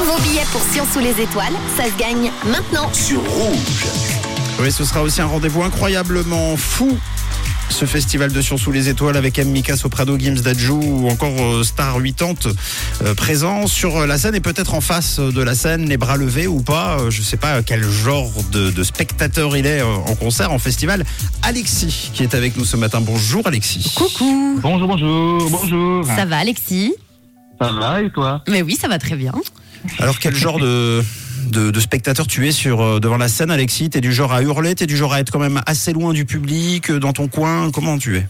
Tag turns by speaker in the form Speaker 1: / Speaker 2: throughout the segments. Speaker 1: Vos billets pour Science sous les étoiles, ça se gagne maintenant.
Speaker 2: sur Rouge.
Speaker 3: Oui, ce sera aussi un rendez-vous incroyablement fou. Ce festival de Sciences sous les étoiles avec M. Mika Soprado, Gims Dadju ou encore euh, Star 80 euh, présents sur euh, la scène et peut-être en face euh, de la scène, les bras levés ou pas. euh, Je sais pas quel genre de, de spectateur il est euh, en concert, en festival. Alexis qui est avec nous ce matin. Bonjour Alexis.
Speaker 4: Coucou
Speaker 5: Bonjour, bonjour, bonjour.
Speaker 4: Ça va Alexis
Speaker 5: Ça va et toi
Speaker 4: Mais oui, ça va très bien.
Speaker 3: Alors quel genre de, de, de spectateur tu es sur, euh, devant la scène Alexis T'es du genre à hurler T'es du genre à être quand même assez loin du public, euh, dans ton coin Comment tu es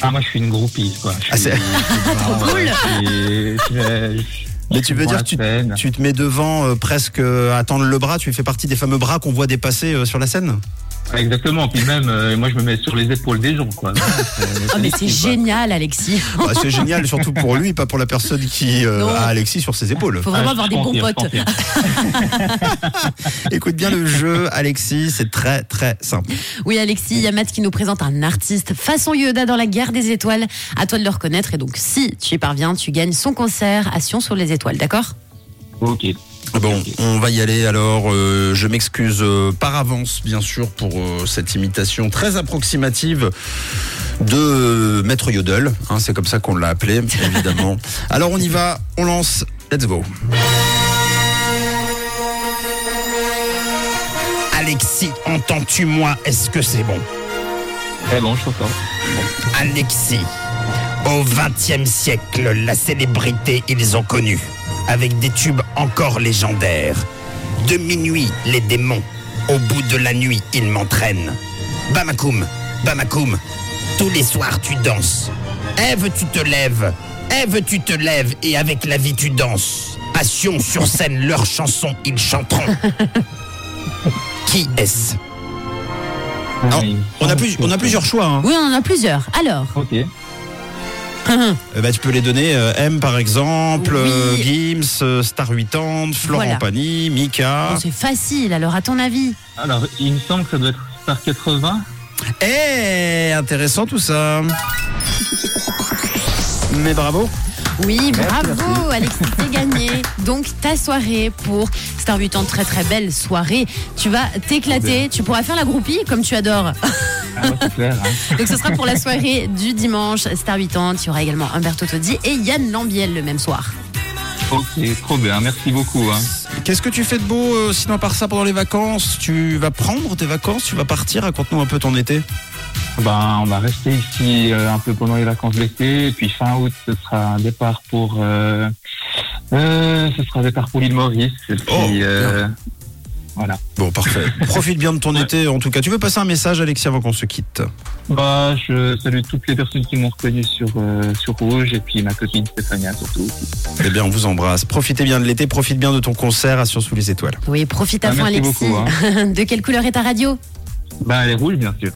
Speaker 5: Ah, moi je suis une groupie, quoi. Je
Speaker 3: Ah, c'est-
Speaker 5: suis-
Speaker 4: Trop
Speaker 5: Ouais,
Speaker 4: cool.
Speaker 5: je suis- je-
Speaker 3: Mais
Speaker 5: je
Speaker 3: tu
Speaker 5: suis
Speaker 3: veux
Speaker 5: pour
Speaker 3: dire
Speaker 5: la
Speaker 3: tu,
Speaker 5: scène.
Speaker 3: tu te mets devant euh, presque euh, à tendre le bras, tu fais partie des fameux bras qu'on voit dépasser euh, sur la scène
Speaker 5: Ouais, Exactement, puis même, euh, moi je me mets sur les épaules des gens, quoi. euh,
Speaker 4: Ah mais c'est génial Alexis
Speaker 3: Bah, C'est génial, surtout pour lui, pas pour la personne qui euh,
Speaker 4: Non.
Speaker 3: a Alexis sur ses épaules.
Speaker 4: Faut
Speaker 5: Ah,
Speaker 4: vraiment avoir des bons potes.
Speaker 3: Écoute bien le jeu, Alexis, c'est très très simple.
Speaker 4: Oui Alexis, il y a Matt qui nous présente un artiste façon Yoda dans la guerre des étoiles. À toi de le reconnaître et donc si tu y parviens, tu gagnes son concert à Sion sur les étoiles, d'accord
Speaker 5: Ok.
Speaker 3: Bon, on va y aller alors. euh, je m'excuse euh, par avance, bien sûr, pour euh, cette imitation très approximative de euh, Maître Yodel. hein, c'est comme ça qu'on l'a appelé, évidemment. alors on y va, on lance, let's go. Alexis, entends-tu-moi Est-ce que c'est bon
Speaker 5: Eh bon, je suis content.
Speaker 3: Alexis. Au XXe siècle, la célébrité ils ont connue, avec des tubes encore légendaires. De minuit, les démons. Au bout de la nuit, ils m'entraînent. Bamakoum, Bamakoum, tous les soirs tu danses. Ève, tu te lèves. Ève, tu te lèves et avec la vie tu danses. Passion sur scène, leurs chansons ils chanteront. Qui est-ce Alors,
Speaker 5: Ouais,
Speaker 3: choix. hein.
Speaker 4: Oui, on en a plusieurs. Alors,
Speaker 5: Ok.
Speaker 3: Eh ben, tu peux les donner euh, M par exemple,
Speaker 4: Oui.
Speaker 3: euh, Gims, euh, Star 80, Florent
Speaker 4: Voilà.
Speaker 3: Pagny, Mika.
Speaker 4: bon, c'est facile, alors à ton avis
Speaker 5: Alors, il me semble que ça doit être par 80.
Speaker 3: Eh, intéressant tout ça. Mais bravo.
Speaker 4: Oui, bravo Alexis, c'est gagné. Donc ta soirée pour Star 8 ans, très très belle soirée. Tu vas t'éclater, tu pourras faire la groupie comme tu adores.
Speaker 5: Ah, ouais, c'est clair. hein.
Speaker 4: Donc ce sera pour la soirée du dimanche Star 8 ans. Tu auras également Humberto Todi et Yann Lambiel le même soir.
Speaker 5: Ok, trop bien, merci beaucoup. Hein.
Speaker 3: Qu'est-ce que tu fais de beau euh, sinon par ça pendant les vacances Tu vas prendre tes vacances, tu vas partir, raconte-nous un peu ton été.
Speaker 5: Ben, on va rester ici euh, un peu pendant les vacances d'été, et puis fin août, ce sera un départ pour, euh, euh, ce sera un départ pour l'île Maurice, et puis,
Speaker 3: Oh,
Speaker 5: euh, voilà.
Speaker 3: Bon, parfait. Profite bien de ton
Speaker 5: Ouais.
Speaker 3: été en tout cas. Tu veux passer un message Alexis avant qu'on se quitte
Speaker 5: Bah, je salue toutes les personnes qui m'ont reconnu sur, euh, sur Rouge, et puis ma copine Stéphania surtout.
Speaker 3: Eh bien, on vous embrasse. Profitez bien de l'été, profite bien de ton concert à Sciences sous les étoiles.
Speaker 4: Oui, profite à
Speaker 5: Ah,
Speaker 4: fond
Speaker 5: merci
Speaker 4: Alexis.
Speaker 5: beaucoup,
Speaker 4: De quelle couleur est ta radio
Speaker 5: Ben, elle est rouge, bien sûr.